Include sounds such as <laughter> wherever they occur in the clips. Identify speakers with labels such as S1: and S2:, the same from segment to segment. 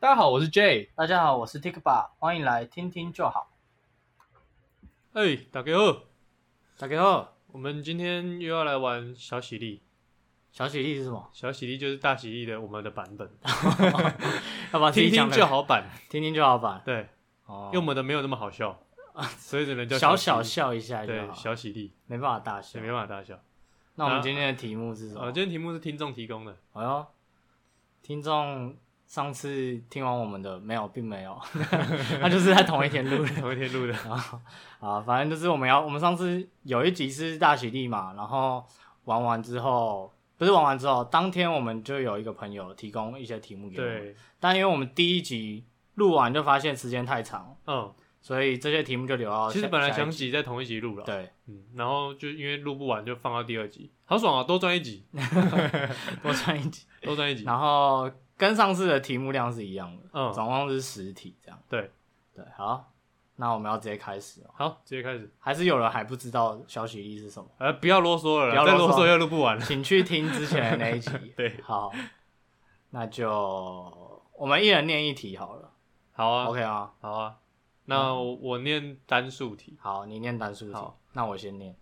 S1: 大家好，我是 J。
S2: 大家好，我是 Tikba，欢迎来听听就好。
S1: 哎、打给二，打给二，我们今天又要来玩小喜力。
S2: 小喜力是什么？
S1: 小喜力就是大喜力的我们的版本，
S2: 要把自己
S1: 听
S2: 讲
S1: 听
S2: 的
S1: 就，好
S2: <laughs>
S1: 版。
S2: 啊听听就好吧。
S1: 对，
S2: 哦
S1: 因为我们的没有那么好笑，所以只能叫
S2: 小
S1: 小
S2: 小
S1: 喜
S2: 笑一下
S1: 力
S2: 就
S1: 对
S2: 好，
S1: 小喜力，
S2: 没办法大笑
S1: 也没。办法大笑。
S2: 那我们今天的题目是啊什
S1: 呃，
S2: 么？
S1: 今天题目是听众提供
S2: <laughs>
S1: 的，
S2: 哎呦，听众上次听完我们的没有，并没
S1: <laughs>
S2: 有，他就是在同一天录的。
S1: 同一天录的。
S2: 然后啊，反正就是我们要，我们上次有一集是大喜力嘛，然后玩完之后，不是玩完之后，当天我们就有一个朋友提供一些题目给我们，
S1: 对，
S2: 但因为我们第一集录完就发现时间太长，
S1: 嗯，
S2: 所以这些题目就留到
S1: 其实
S2: 下
S1: 本来
S2: 下一
S1: 想
S2: 集
S1: 挤在同一集录了，
S2: 对， <laughs>
S1: 嗯，然后就因为录不完就放到第二集，好爽啊，多赚一
S2: <laughs>
S1: 集，
S2: 多算一集，
S1: 多赚一集。
S2: 然后跟上次的题目量是一样的，
S1: 嗯
S2: 总共是十题这样，
S1: 对
S2: 对，好，那我们要直接开始哦，
S1: 好，直接开始。
S2: 还是有人还不知道小喜力是什么， <laughs>
S1: 呃，不要啰嗦了
S2: 不
S1: 啦，
S2: 要
S1: 再
S2: 啰
S1: 啰
S2: 嗦
S1: 嗦又录不完了。，
S2: 请去听之前的那一集
S1: <laughs> 对，
S2: 好，那就我们一人念一题好了
S1: 好啊
S2: ，OK 吗？
S1: 好啊，那我,、我念单数题。 <laughs>
S2: 好，你念单数题
S1: 好，
S2: 那我先
S1: <laughs>
S2: 念，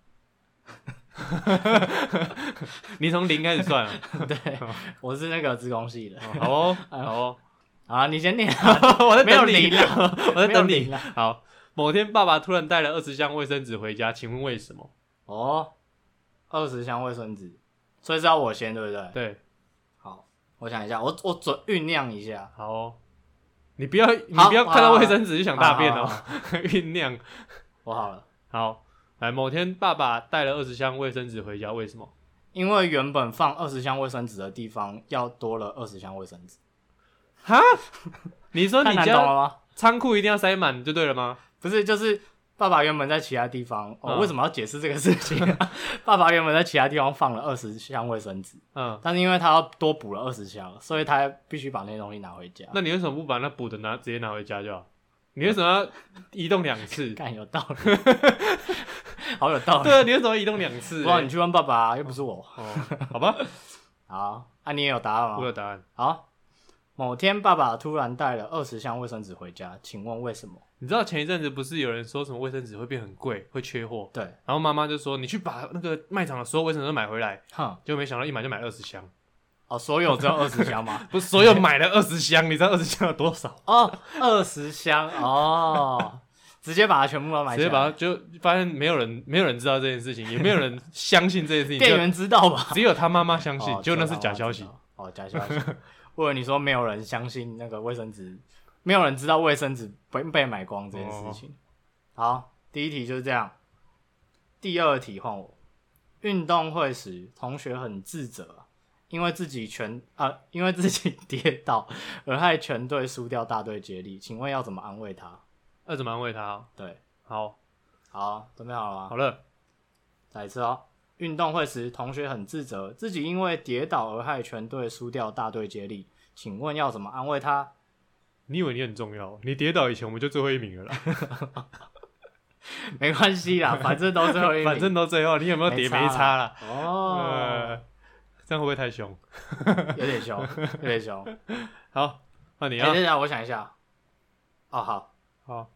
S1: 你从零开始算 <laughs> 啊。
S2: 我是那个自工系的，
S1: 哦好哦，好哦，
S2: 啊，你先念，
S1: <laughs> 我在
S2: 没有
S1: 等你
S2: 零，了，
S1: <laughs> 我在
S2: 没有
S1: 等
S2: 零
S1: 你。
S2: 了，
S1: 啊好，某天爸爸突然带了二十箱卫生纸回家，请问为什么？
S2: 哦，二十箱卫生纸，所以是要我先对不对？
S1: 对，
S2: 好，我想一下，我我准酝酿一下。
S1: 好哦。你不要，你
S2: 好
S1: 不要看到卫生纸就想大便
S2: 好
S1: 哦
S2: 好，
S1: <laughs> 酝酿。
S2: 我好了，
S1: 好，来，某天爸爸带了二十箱卫生纸回家，为什么？
S2: 因为原本放二十箱卫生纸的地方要多了二十箱卫生纸，
S1: 哈？你说
S2: 太
S1: 你
S2: 难懂
S1: 家
S2: 了吗？
S1: 仓库一定要塞满就对了吗？
S2: 不是，就是爸爸原本在其他地方，哦，
S1: 嗯
S2: 为什么要解释这个事情、啊 <laughs> 爸爸原本在其他地方放了二十箱卫生纸，
S1: <laughs> 嗯，
S2: 但是因为他要多补了二十箱，所以他必须把那些东西拿回家。
S1: 那你为什么不把那补的拿直接拿回家就好？你为什么要移动两次？
S2: 干有道理， <laughs> 好有道理。
S1: <laughs> 对啊，你为什么移动两次欸？
S2: 不知道你去问爸爸、又不是我。
S1: 哦，好吧，
S2: <laughs> 好，啊，你也有答案吗？
S1: 我有答案。
S2: 好，某天爸爸突然带了二十箱卫生纸回家，请问为什么？
S1: 你知道前一阵子不是有人说什么卫生纸会变很贵，会缺货，
S2: 对，
S1: 然后妈妈就说你去把那个卖场的所有卫生纸都买回来，
S2: 哼，
S1: 就没想到一买就买二十箱，？
S2: 哦，所有只有二十箱吗
S1: <laughs> 不是所有买了二十箱，你知道二十箱有多
S2: <laughs>
S1: 少？
S2: 哦，二十箱哦，直接把它全部都买
S1: 直
S2: 起来，
S1: 接把它就发现没有人没有人知道这件事情，也没有人相信这件
S2: <laughs>
S1: 事情，
S2: 店
S1: 就 <laughs>
S2: 员知道吧？
S1: 只有他妈妈相信，
S2: 哦
S1: 就那是
S2: 知道
S1: 假消息
S2: 知。道哦，假消息。 <laughs> 或者你说没有人相信那个卫生纸，没有人知道卫生纸被被买光这件事情。
S1: 哦
S2: 好，第一题就是这样，第二题换我。运动会时，同学很自责，因为自己全啊，因为自己跌倒而害全队输掉大队接力，请问要怎么安慰他？
S1: 那怎么安慰他哦？
S2: 对，
S1: 好，
S2: 好，准备好了吗？
S1: 好了，
S2: 再一次哦。运动会时，同学很自责，自己因为跌倒而害全队输掉大队接力，请问要怎么安慰他？ <laughs>
S1: 你以为你很重要？你跌倒以前我们就最后一名了啦，
S2: 没关系
S1: <laughs>
S2: 啦，反正都 <laughs> 最后一名，
S1: 反正都最后，你有没有跌没差啦。
S2: 哦，
S1: 呃，这样会不会太凶？
S2: 有点凶，有点凶。
S1: 好，那 <laughs> 你
S2: 哎、
S1: 要、
S2: 等一下，我想一下。哦，好，
S1: 好。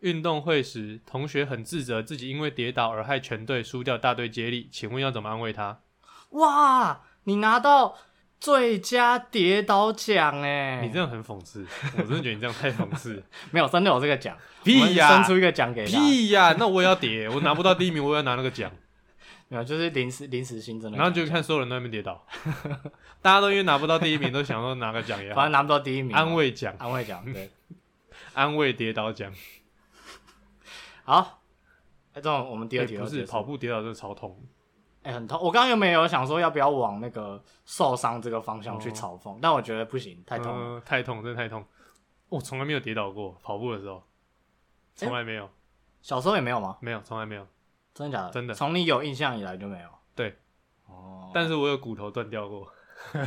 S1: 运动会时，同学很自责自己因为跌倒而害全队输掉大队接力，请问要怎么安慰他？
S2: 哇，你拿到最佳跌倒奖哎！
S1: 你这样很讽 <laughs> 刺，我真的觉得你这样太讽 <laughs> 刺。
S2: 没有真的有这个奖，
S1: 屁
S2: 我们
S1: 呀
S2: 生出一个
S1: 啊
S2: 奖给他，
S1: 屁呀、那我也要 <laughs> 跌，我拿不到第一名，我也要拿那个奖。
S2: 没有，就是临时临时新增
S1: <laughs>
S2: 的
S1: 然后
S2: 奖，
S1: 就看所有人都在那边跌 <laughs> 倒，大家都因为拿不到第一名，都想说拿个奖也 <laughs>
S2: 反
S1: 好
S2: 正，拿不到第一名，啊
S1: 安慰奖，
S2: 安慰奖，对。
S1: 安慰跌倒奖。
S2: 好，哎、这种我们第二
S1: 哎
S2: 题、
S1: 不是跑，步跌倒真的超痛，
S2: 哎、很痛。我刚刚有没有想说要不要往那个受伤这个方向去嘲讽？但我觉得不行，太痛了。
S1: 哦嗯太痛，真的太痛。我从来没有跌倒过，跑步的时候，从来没有，
S2: 小时候也没有吗？
S1: 没有，从来没有。
S2: 真的假的？
S1: 真的
S2: 从你有印象以来就没有。
S1: 对。
S2: 哦。
S1: 但是我有骨头断掉过，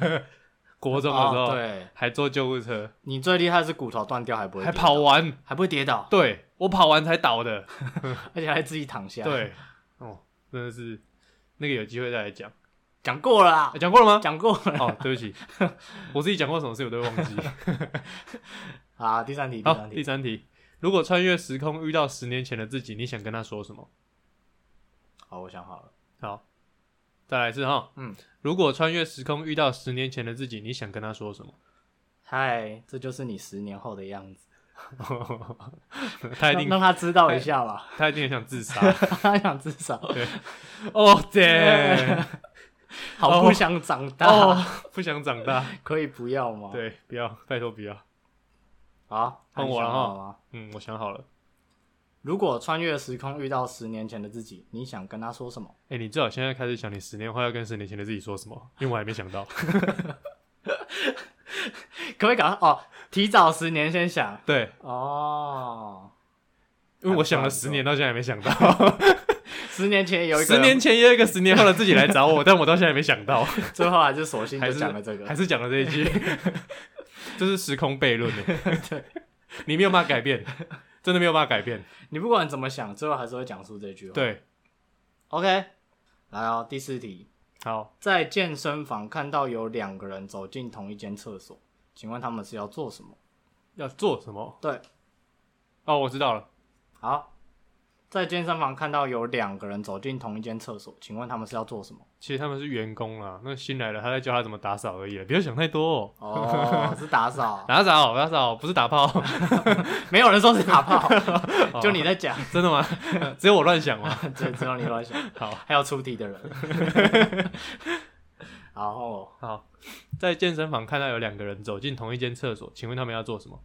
S1: <laughs> 国中的时候、
S2: 哦对
S1: 还坐救护车，
S2: 你最厉害是骨头断掉还不会
S1: 还
S2: 跌
S1: 跑
S2: 倒，
S1: 完，
S2: 还不会跌倒，
S1: 对我跑完才倒的，
S2: 而且还自己躺下。，
S1: 对，哦，真的是那个有机会再来讲。
S2: 讲过了啦
S1: 诶，讲过了吗？
S2: 讲过了
S1: 哦，对不起， <laughs> 我自己讲过什么事我都会忘
S2: <laughs>
S1: 记。
S2: 啊。第三题，第
S1: 好，
S2: 三
S1: 第
S2: 题，
S1: 三题，如果穿越时空遇到十年前的自己，你想跟他说什么？
S2: 好，我想好了，
S1: 好，再来一次哈。
S2: 嗯，
S1: 如果穿越时空遇到十年前的自己，你想跟他说
S2: <laughs>
S1: 什么？
S2: 嗨，这就是你十年后的样子，
S1: 他一
S2: 让
S1: 定，
S2: 让他知道一下吧，
S1: 他一定很想自
S2: <laughs>
S1: 杀。
S2: 他想至少，
S1: 哦天，
S2: 好不想长
S1: 哦
S2: 大，，哦
S1: 不想长大。
S2: 可以不要吗？，
S1: 对，不要，拜托不要。
S2: 好，那
S1: 换
S2: 你
S1: 我了
S2: 想
S1: 哈
S2: 好吗？
S1: 嗯，我想好了。
S2: 如果穿越时空遇到十年前的自己，你想跟他说什么？
S1: 哎、你最好现在开始想你十年后要跟十年前的自己说什么，因为我还没想
S2: <laughs>
S1: 到。
S2: 可不可以赶快哦？提早十年先想
S1: 对，
S2: 哦，
S1: 因为我想了十年，到现在还没想到。
S2: 十年前 <laughs> 有一个
S1: 十
S2: 人
S1: 年前也有一个十年后的自己来找我，但我到现在还没想到，
S2: 最后还是索性
S1: 还
S2: 就是讲了这个
S1: 还。是讲了这一句， <laughs> 这是时空悖论耶。 <laughs> 你没有办法改 <laughs> 变，真的没有办法改变。
S2: 你不管怎么想，最后还是会讲出这句话。
S1: 对，
S2: ，OK，来哦，第四题，
S1: 好，
S2: 在健身房看到有两个人走进同一间厕所，请问他们是要做什么？
S1: 要做什么？
S2: 对，
S1: 哦，我知道了，
S2: 好，在健身房看到有两个人走进同一间厕所，请问他们是要做什么？
S1: 其实他们是员工啦，那新来的他在教他怎么打扫而已了，不要想太多、哦。 <laughs>
S2: 哦，是打扫，
S1: 打扫，打扫，不是打炮， <laughs>
S2: 没有人说是打炮， <laughs>
S1: 哦
S2: 就你在讲，
S1: 真的 <laughs> 吗？只有我乱想吗？
S2: <laughs> 只只有你乱想。
S1: <laughs> 好，
S2: 还有出题的人。 <laughs> 然后
S1: 好，在健身房看到有两个人走进同一间厕所，请问他们要做什么？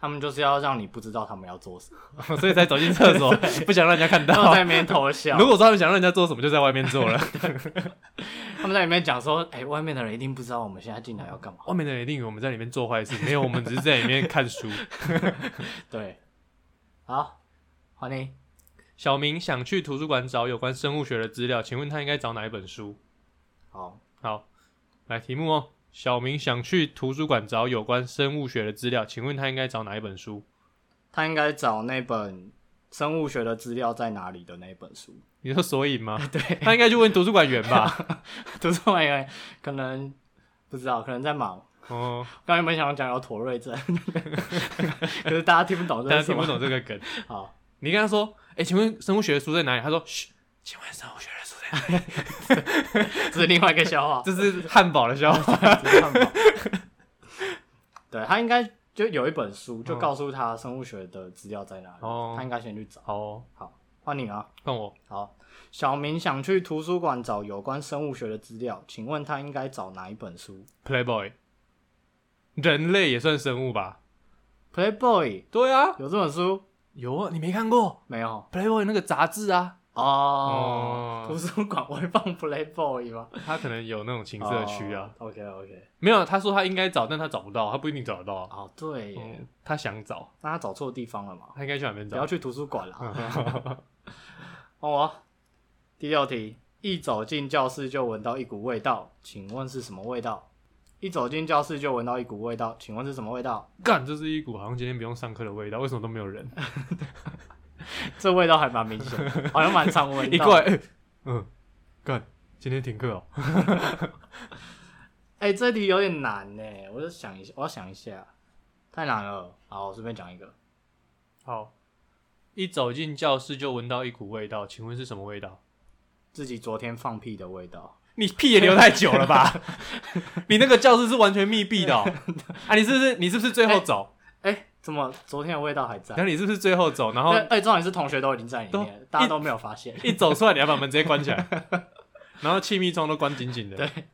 S2: 他们就是要让你不知道他们要做什
S1: <laughs>
S2: 么，
S1: 所以才走进厕 <laughs> 所，不想让人家看 <laughs>
S2: 他们
S1: 到。
S2: 在那边偷笑
S1: 如，果说他们想让人家做什么，就在外面做了。
S2: 他们在里面讲说，哎、外面的人一定不知道我们现在进来要干嘛。
S1: 外面的人一定以为我们在里面做坏事，没有，我们只是在里面看 <laughs> 书。
S2: 对，好，欢迎。
S1: 小明想去图书馆找有关生物学的资料，请问他应该找哪一本书？
S2: 好，
S1: 好，来题目哦。小明想去图书馆找有关生物学的资料，请问他应该找哪一本书？
S2: 他应该找那本生物学的资料在哪里的那本书。 <laughs>
S1: 你说索引吗？ <laughs> 对，他应该去问图书馆员 <laughs> 吧。
S2: 图书馆员可能不知道，可能在忙。
S1: 哦，
S2: 刚原本想讲有妥瑞症， <laughs> 可是大家听不懂
S1: <laughs> 大
S2: 这
S1: 家
S2: 是什
S1: 听不
S2: 么。
S1: 懂这个梗。
S2: 好，
S1: 你跟他说，哎、请问生物学的书在哪里？他说，嘘，请问生物学的书在哪里？
S2: 这是另外一个笑话
S1: <laughs> 。这是汉堡的笑话。
S2: <laughs> 对他应该就有一本书，就告诉他生物学的资料在哪里，
S1: 嗯哦
S2: 他应该先去找。
S1: <laughs> 好、哦，
S2: 换你啊，
S1: 换我。
S2: 好，小明想去图书馆找有关生物学的资料，请问他应该找哪一本书
S1: Playboy，人类也算生物吧？
S2: ？Playboy
S1: 对啊，
S2: 有这本书
S1: 有啊，你没看过
S2: 没有？
S1: Playboy 那个杂志啊？
S2: 哦
S1: 哦，
S2: 图书馆会放 Playboy 吗？
S1: 他可能有那种情色区啊。
S2: 哦。OK OK，
S1: 没有，他说他应该找，但他找不到，他不一定找得到啊。
S2: 哦对耶，
S1: 嗯，他想找，
S2: 那他找错地方了嘛？
S1: 他应该去哪边
S2: 不要
S1: 找？
S2: 去图书馆了。
S1: <laughs>
S2: 换我第六题，一走进教室就闻到一股味道，请问是什么味道？一走进教室就闻到一股味道，请问是什么味道？
S1: 干，这是一股好像今天不用上课的味道，为什么都没有人？
S2: 这味道还蛮明显的，好像蛮常闻
S1: <laughs> <laughs> 一
S2: 到。
S1: 过来，哎嗯，干，今天停课哦。
S2: 哎、这题有点难呢，我就想一下，我要想一下，太难了。好，我随便讲一个，
S1: 好，一走进教室就闻到一股味道，请问是什么味道？
S2: 自己昨天放屁的味道。
S1: 你屁也留太久了 <laughs> 吧？你那个教室是完全密闭的、哦，啊，你是不是你是不是最后走？
S2: 哎、怎么昨天的味道还在
S1: 然？后你是不是最后走？然后
S2: 对，哎、重点是同学都已经在里面了，大家都没有发现。
S1: 一走出来，你要把门直接关起来，然后气密窗都关紧紧的。
S2: 对，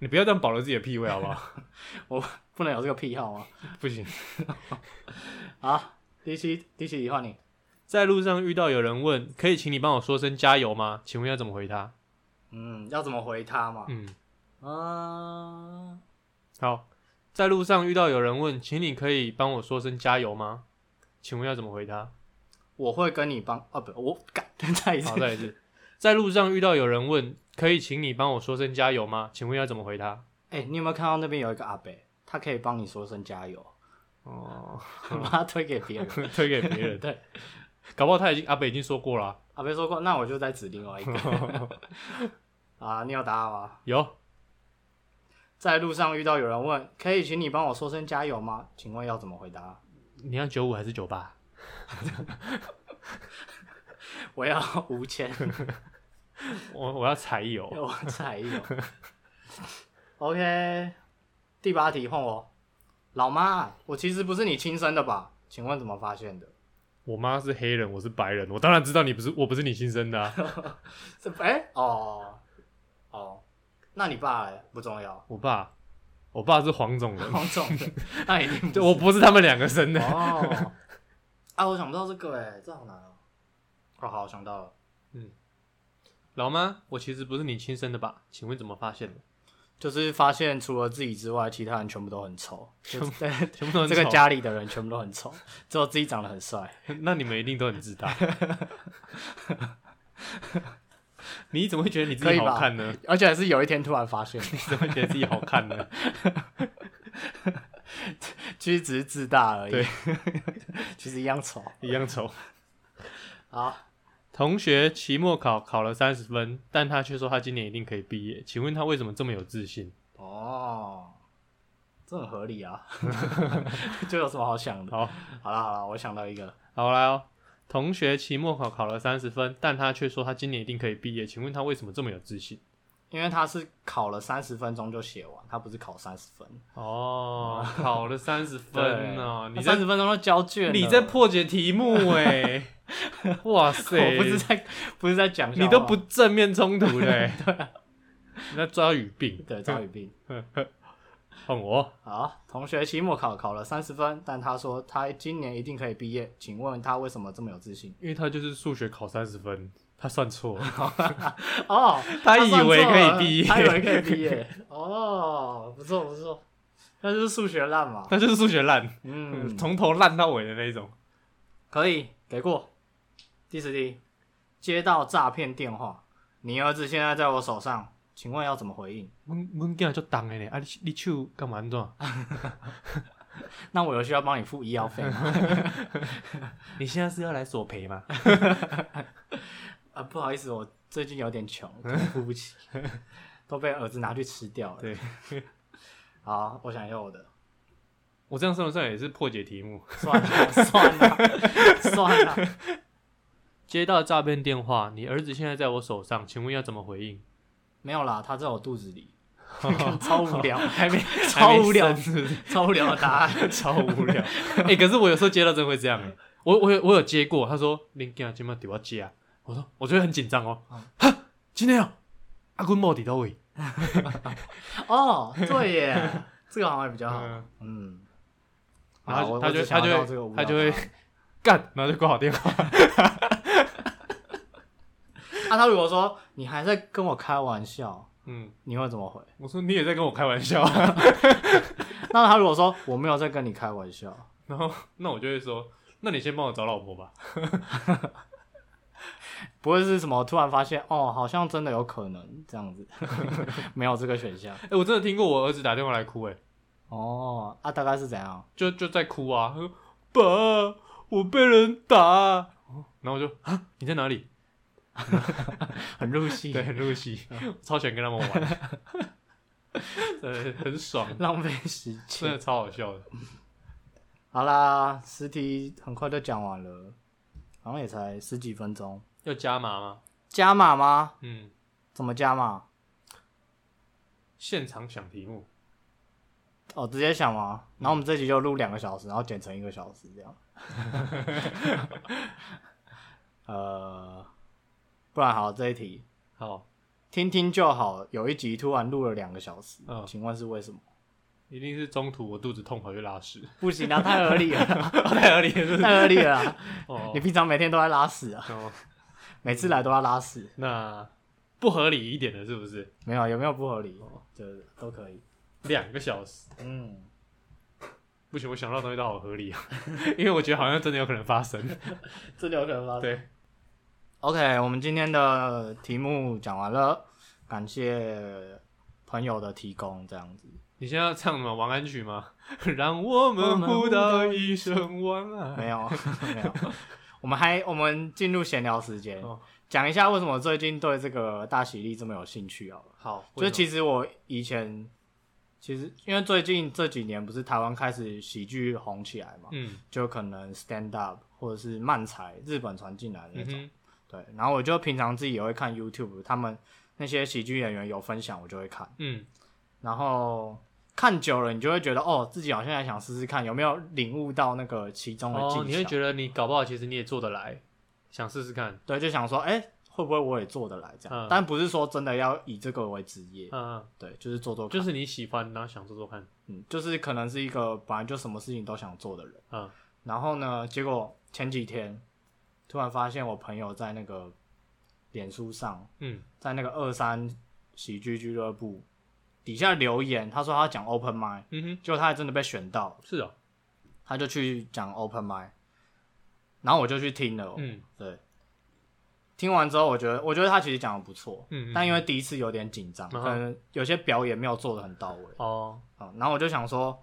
S1: 你不要这样保留自己的屁味好不好？
S2: 不能有这个癖好吗？
S1: 不行，
S2: 好，第七第七题换你。
S1: 在路上遇到有人问，可以请你帮我说声加油吗？请问要怎么回他？
S2: 嗯，要怎么回他嘛？
S1: 嗯，
S2: 嗯、
S1: 好，在路上遇到有人问，请你可以帮我说声加油吗？请问要怎么回他？
S2: 我会跟你帮啊，不，我敢 <laughs> 再一次
S1: 好，，再一次，在路上遇到有人问，可以请你帮我说声加油吗？请问要怎么回他？
S2: 哎、你有没有看到那边有一个阿伯，他可以帮你说声加油，
S1: 哦，
S2: 把他推给别人。
S1: <laughs> 推给别人，
S2: 对，
S1: 搞不好他已经阿北已经说过了啊、
S2: 阿伯说过，那我就再指另外一个。 <laughs> 啊，你有答案吗？
S1: 有，
S2: 在路上遇到有人问，可以请你帮我说声加油吗？请问要怎么回答？
S1: 你要九五还是九八？
S2: 我要五千，
S1: 我我要柴油。
S2: 我才有。OK，第八题换我。老妈，我其实不是你亲生的吧？请问怎么发现的？
S1: 我妈是黑人，我是白人，我当然知道你不是，我不是你亲生的、啊。
S2: 这哎、哦哦，那你爸嘞不重要，
S1: 我爸，我爸是黄种人， <laughs>
S2: 黄总的 <laughs> 那一定
S1: 就
S2: 不
S1: 我
S2: 是
S1: 不是他们两个生的。
S2: 哦。啊，我想不到这个哎，这好难哦。哦，好，我想到了，
S1: 老妈，我其实不是你亲生的吧？请问怎么发现的？
S2: 就是发现除了自己之外，其他人全部都很丑，就是对
S1: 全部都很
S2: 这个
S1: 丑，
S2: 家里的人全部都很丑，只有自己长得很帅。
S1: 那你们一定都很自
S2: <laughs>
S1: 大。你怎么会觉得你自
S2: 可
S1: 己
S2: 以吧
S1: 好看呢？
S2: 而且还是有一天突然发现，
S1: 你怎么会觉得自己好看呢？
S2: 其实只是自大而已
S1: 对，
S2: <laughs> 其 <laughs> 实一样丑。
S1: 一样丑。
S2: 好，
S1: 同学期末考考了三十分，但他却说他今年一定可以毕业。请问他为什么这么有自信？
S2: 哦，这很合
S1: <laughs>
S2: 理啊，这有什么好想的？
S1: 好，
S2: 好了好了，我想到一个，
S1: 好来哦。同学期末考考了三十分，但他却说他今年一定可以毕业。请问他为什么这么有自信？
S2: 因为他是考了三十分钟就写完，他不是考三十分，
S1: 哦，考了三十分哦，你
S2: 三
S1: 在
S2: 十分钟就交卷了，
S1: 你在破解题目 <laughs> 哎、哇塞，
S2: 我不是在不是在讲笑话，
S1: <laughs> 你都不正面冲突的、 <laughs> 欸，你在抓语病。
S2: 对赵宇斌。
S1: 换我，
S2: 好，同学期末考考了三十分，但他说他今年一定可以毕业，请问他为什么这么有自信？
S1: 因为他就是数学考三十分，他算错 <laughs> 了。
S2: 哦，
S1: <laughs> 他以为可以
S2: 算错了
S1: 毕业
S2: 他以为可以毕业。哦，不错不错，那就是数学烂嘛。
S1: 那就是数学烂， <laughs>
S2: 嗯，
S1: 从头烂到尾的那一种。
S2: 可以给过。第十题，接到诈骗电话，你儿子现在在我手上，请问要怎么回应？
S1: 阮阮囝就重的呢，啊你你手干嘛安怎？
S2: 那我有需要帮你付医药费 <laughs> 吗？
S1: 你现在是要来索赔吗？
S2: 啊，不好意思，我最近有点穷，可能付不起，都被儿子拿去吃掉了。
S1: 对，
S2: <laughs> 好，我想要我的，
S1: 我这样算不算也是破解题目？
S2: 算了算了 <laughs> 算了，
S1: 接到诈骗电话，你儿子现在在我手上，请问要怎么回应？
S2: 没有啦，他在我肚子 <laughs> 里，超无聊，还没超无聊
S1: 还，没生是不是
S2: 超无聊的答案，
S1: <laughs> 超无 <laughs> 聊。哎、可是我有时候接到真会这样、欸，我我有我有接过，他说恁囝今麦对我接啊，我说我就会很紧张哦，哈，今天哦，啊阮某伫倒位，
S2: 哦，对耶，这个好像也比较好。
S1: 嗯
S2: 嗯，
S1: 然后
S2: 啊
S1: 他
S2: 我
S1: 就
S2: 我只想
S1: 他就
S2: 要
S1: 会
S2: 到这个无
S1: 他
S2: 聊
S1: 就会
S2: 答
S1: <laughs>
S2: 案
S1: 干，然后就挂好电话。
S2: 啊，他如果说你还在跟我开玩笑，
S1: 嗯，
S2: 你会怎么回？
S1: 我说你也在跟我开玩笑、啊，
S2: 那他如果说我没有在跟你开玩笑，
S1: 然后那我就会说，那你先帮我找老婆吧。
S2: 不会是什么突然发现哦，好像真的有可能这样子， <laughs> 没有这个选项
S1: 哎、我真的听过我儿子打电话来哭、欸，哎，
S2: 哦啊，大概是怎样？
S1: 就就在哭啊，他说爸，我被人打啊、然后我就啊，你在哪里？
S2: 很入戏，
S1: 对，很入戏， <laughs> 超喜欢跟他们玩， <laughs> 对，很爽，
S2: 浪费时
S1: 真
S2: 间
S1: 的。超好笑的。
S2: 好啦，十题很快就讲完了，好像也才十几分钟。
S1: 要加码吗？
S2: 加码吗？
S1: 嗯，
S2: 怎么加码？
S1: 现场想题目，
S2: 哦，直接想嘛，然后我们这集就录两个小时，然后剪成一个小时这样。 <laughs> 呃，不然好，这一题
S1: 好，
S2: 听听就好。有一集突然录了两个小时，
S1: 嗯
S2: 请问是为什么？
S1: 一定是中途我肚子痛跑去拉 <laughs> 屎，
S2: 不行啊，太合理了，
S1: 哦太合理了是不是，
S2: 太合理了啊。
S1: <laughs> 哦
S2: 你平常每天都在拉屎啊，
S1: 哦，
S2: 每次来都要拉屎，
S1: 那不合理一点的是不是？
S2: 没有有没有不合理？就是都可以。
S1: 两个小时。
S2: 嗯，
S1: 不行，我想到的东西都好合理啊， <laughs> 因为我觉得好像真的有可能发生。
S2: 这有可能吗？
S1: 对，
S2: OK，我们今天的题目讲完了，感谢朋友的提供，这样子。
S1: 你现在要唱什么晚安曲 <laughs> 吗？让我们互道一声晚安。<laughs>
S2: <laughs> 没有，没有。我们还我们进入闲聊时间，
S1: 哦
S2: 讲一下为什么最近对这个大喜力这么有兴趣好了。
S1: 好，
S2: 就
S1: 为什
S2: 是
S1: 么
S2: 其实我以前其实因为最近这几年不是台湾开始喜剧红起来嘛，
S1: 嗯
S2: 就可能 stand up 或者是漫才日本传进来的那
S1: 嗯
S2: 种。
S1: 哼
S2: 对，然后我就平常自己也会看 YouTube，他们那些喜剧演员有分享，我就会看。
S1: 嗯
S2: 然后看久了，你就会觉得哦，自己好像也想试试看有没有领悟到那个其中的技巧。
S1: 哦，你会觉得你搞不好其实你也做得来，想试试看，
S2: 对，就想说，哎、会不会我也做得来这样？
S1: 嗯
S2: 但不是说真的要以这个为职业，
S1: 嗯，
S2: 对，就是做做
S1: 嗯
S2: 看，
S1: 就是你喜欢，然后想做做看，
S2: 嗯，就是可能是一个本来就什么事情都想做的人。
S1: 嗯
S2: 然后呢，结果前几天突然发现我朋友在那个脸书上，
S1: 嗯
S2: 在那个二三喜剧俱乐部底下留言，他说他讲 open m i d
S1: 嗯哼，
S2: 结果他还真的被选到，
S1: 是哦，
S2: 他就去讲 open m i 然后我就去听了，
S1: 嗯
S2: 对，听完之后，我觉得我觉得他其实讲的不错，
S1: 嗯，嗯
S2: 但因为第一次有点紧张，
S1: 嗯哼
S2: 可能有些表演没有做的很到位
S1: 哦，
S2: 啊、然后我就想说，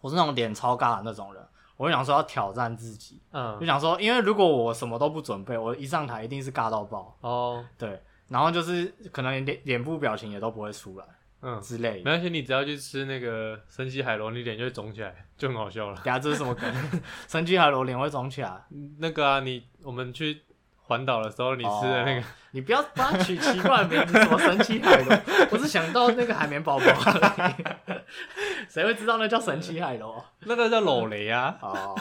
S2: 我是那种脸超尬的那种人，我就想说要挑战自己，就
S1: 嗯
S2: 想说，因为如果我什么都不准备，我一上台一定是尬到爆，
S1: 哦，
S2: 对，然后就是可能脸脸部表情也都不会出来
S1: 嗯，
S2: 之类
S1: 没
S2: 的。
S1: 关系，你只要去吃那个生西海螺，你脸就会肿起来，就很好笑了。
S2: 等下这是什么梗？ <laughs> 神奇海螺脸会肿起来，
S1: 那个啊，你我们去环岛的时候，你吃的那个，
S2: 哦你不要帮他取奇怪的名字，什么神奇海螺，我是想到那个海绵宝宝而已， <laughs> 谁会知道那叫神奇海螺？
S1: <laughs> 那个叫裸雷啊。
S2: 哦，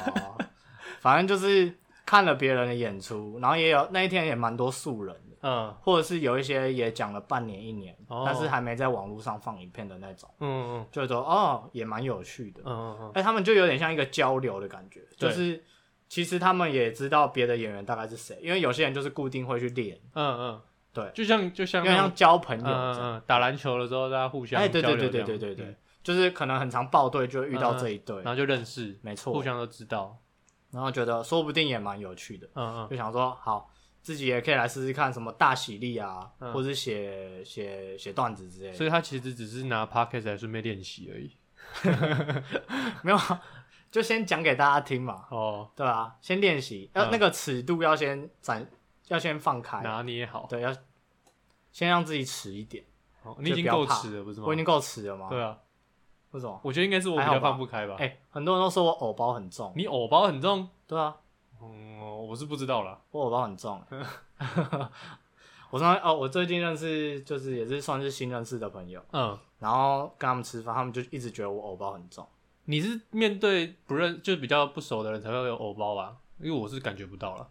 S2: 反正就是看了别人的演出，然后也有那一天也蛮多素人的，
S1: 嗯
S2: 或者是有一些也讲了半年一年，
S1: 哦
S2: 但是还没在网络上放影片的那种，
S1: 嗯嗯
S2: 就说哦也蛮有趣的
S1: 嗯，嗯嗯，
S2: 哎、他们就有点像一个交流的感觉，就
S1: 对
S2: 是。其实他们也知道别的演员大概是谁，因为有些人就是固定会去练，
S1: 嗯嗯，
S2: 对
S1: 就像就像
S2: 因为
S1: 那种
S2: 像交朋友
S1: 嗯
S2: 这样
S1: 嗯。嗯，打篮球的时候大家互相
S2: 哎，对对
S1: 交流
S2: 对
S1: 这
S2: 对
S1: 样
S2: 对对对，
S1: 嗯
S2: 就是可能很常报队就会遇到这一队，
S1: 然后就认识，
S2: 没错，
S1: 互相都知道。
S2: 然后觉得说不定也蛮有趣的，
S1: 嗯
S2: 就想说好，自己也可以来试试看什么大喜力啊，
S1: 嗯
S2: 或者写写写段子之类
S1: 嗯，
S2: 的，
S1: 所以他其实只是拿 podcast 来顺便练习而已。
S2: 没有啊，就先讲给大家听嘛，
S1: 哦，
S2: 对啊，先练习，要、
S1: 嗯
S2: 那个尺度要先展，要先放开，
S1: 拿捏好，
S2: 对，要先让自己迟一点，
S1: 哦你已经够迟了，不是吗
S2: 我已？经够迟了吗？
S1: 对啊，
S2: 为什么？
S1: 我觉得应该是我比
S2: 还好
S1: 较
S2: 吧
S1: 放不开吧。
S2: 哎、很多人都说我偶包很重，
S1: 你偶包很重，
S2: 对啊，
S1: 嗯，我是不知道啦。
S2: 我偶包很重
S1: 嗯
S2: 欸。 <laughs> 我上哦，我最近认识就是也是算是新认识的朋友，
S1: 嗯，
S2: 然后跟他们吃饭，他们就一直觉得我偶包很重。
S1: 你是面对不认就比较不熟的人才会有偶包吧？因为我是感觉不到了，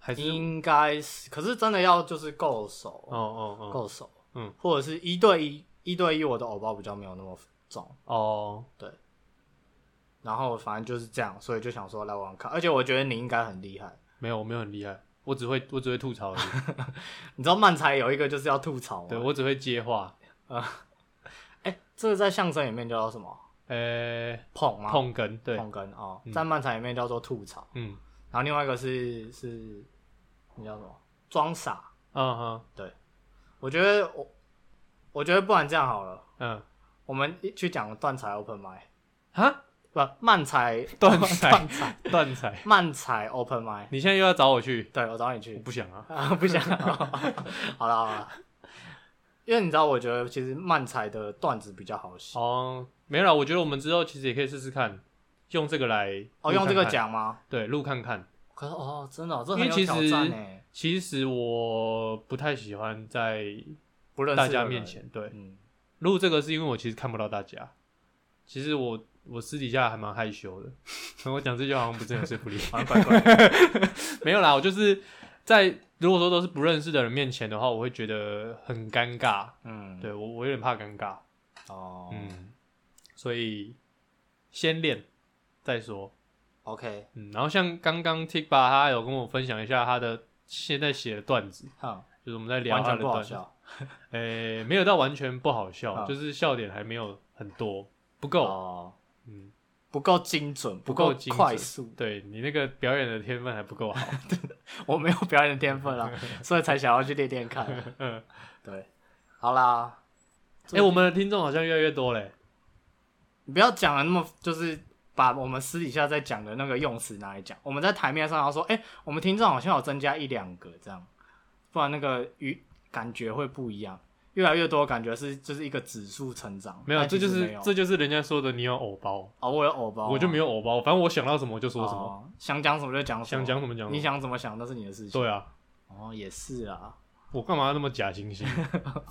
S1: 还是
S2: 应该是，可是真的要就是够
S1: 哦
S2: 熟，
S1: 哦哦
S2: 够熟，
S1: 嗯，
S2: 或者是一对一，一对一我的偶包比较没有那么重。
S1: 哦，
S2: 然后反正就是这样，所以就想说来玩玩看，而且我觉得你应该很厉害。
S1: 没有，我没有很厉害，我只会我只会吐槽而
S2: <laughs>
S1: 已，
S2: 你知道漫才有一个就是要吐槽吗？
S1: 对我只会接话，
S2: 哎、这个在相声里面叫做什么？
S1: 呃，
S2: 捧吗？
S1: 碰哏，对，
S2: 捧哏哦，
S1: 嗯
S2: 在漫才里面叫做吐槽。
S1: 嗯
S2: 然后另外一个是是，那叫什么？装傻。
S1: 嗯哼
S2: 我觉得我，我觉得不然这样好了，
S1: 嗯，
S2: 我们一去讲断彩 open m i
S1: 哈，
S2: 不漫才
S1: 断彩
S2: 断彩
S1: 断彩，
S2: 漫才 open m i
S1: 你现在又要找我去，
S2: 对我找你
S1: 我
S2: 去
S1: 不想啊，
S2: 啊， <laughs> 不想好了好了，因为你知道，我觉得其实漫才的段子比较好写
S1: 哦，没有啦，我觉得我们之后其实也可以试试看，用这个来
S2: 哦，
S1: 录
S2: 用
S1: 看
S2: 这个
S1: 看，
S2: 讲吗？
S1: 对，录看看。
S2: 可是哦，真的哦、这
S1: 因为
S2: 很有
S1: 其
S2: 挑
S1: 实
S2: 战欸呢，
S1: 其实我不太喜欢在
S2: 不认识
S1: 大
S2: 的
S1: 家
S2: 人
S1: 面，前对
S2: 嗯，
S1: 录这个，是因为我其实看不到大家。其实我我私底下还蛮害羞的， <laughs> 可能我讲这句话好像不是很有说服力。
S2: 好像怪怪
S1: <laughs>
S2: 的
S1: 没有啦，我就是在如果说都是不认识的人面前的话，我会觉得很尴尬。
S2: 嗯，
S1: 对我我有点怕尴尬，
S2: 哦，
S1: 嗯，所以先练再说。
S2: ，OK，
S1: 嗯，然后像刚刚 Tik 吧，他有跟我分享一下他的现在写的段子，
S2: 好，
S1: 就是我们在聊
S2: 完
S1: 他
S2: 全
S1: 的
S2: 不好
S1: 段子。
S2: 笑，
S1: 诶、没有到完全不好笑，
S2: 啊
S1: 就是笑点还没有很多，不够。
S2: 哦，
S1: 嗯，
S2: 不够精准，不
S1: 够
S2: 够
S1: 精准
S2: 快速，
S1: 对你那个表演的天分还不够
S2: <laughs>
S1: 好。
S2: 我没有表演的天
S1: <laughs>
S2: 分啦，所以才想要去练练看。
S1: 嗯，
S2: 对，好啦，
S1: 诶、我们的听众好像越来越多嘞。
S2: 你不要讲的那么，就是把我们私底下在讲的那个用词拿来讲。我们在台面上要说，哎、我们听众好像有增加一两个这样，不然那个与感觉会不一样。越来越多感觉是就是一个指数成长，
S1: 没有，
S2: 但
S1: 这
S2: 其
S1: 就
S2: 实没
S1: 是
S2: 有
S1: 这就是人家说的你有偶包，
S2: 哦，我有偶包啊，
S1: 我就没有偶包，反正我想到什么就说什么，
S2: 哦，想讲什么就讲什
S1: 想
S2: 么，
S1: 讲什么讲什
S2: 你
S1: 么。
S2: 想怎么想那是你的事情。
S1: 对啊，
S2: 哦，也是啊，
S1: 我干嘛那么假猩猩？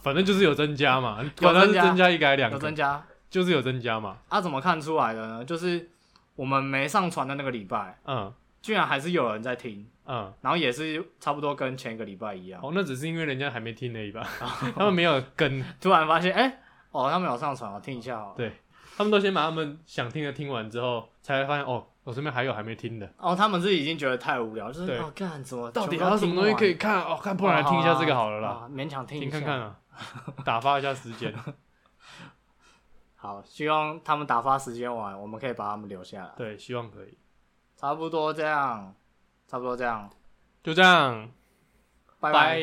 S1: 反正就是有增加嘛，
S2: 有
S1: 管它是
S2: 增加
S1: 增加一个还两
S2: 有
S1: 个
S2: 增，加
S1: 就是有增加嘛。
S2: 啊？怎么看出来的呢？就是我们没上传的那个礼拜，
S1: 嗯
S2: 居然还是有人在听，
S1: 嗯，
S2: 然后也是差不多跟前一个礼拜一样。
S1: 哦，那只是因为人家还没听而已吧，他们没有跟，
S2: 突然发现，哎、哦，他们有上传，我听一下哦。
S1: 对他们都先把他们想听的听完之后，才会发现哦，我身边还有还没听的，
S2: 哦，他们是已经觉得太无聊，就是
S1: 对
S2: 哦，干怎么
S1: 到底
S2: 全部
S1: 还
S2: 都
S1: 有什么东西可以
S2: 听
S1: 看？哦，看，
S2: 完？
S1: 不然来听一下这个好了
S2: 哦好
S1: 啦，
S2: 好好勉强听一
S1: 听
S2: 下
S1: 看看。啊，打发一下时间。
S2: 好，希望他们打发时间完，我们可以把他们留下来。
S1: 对，希望可以。
S2: 差不多这样，差不多这样，
S1: 就这样，
S2: 拜
S1: 拜。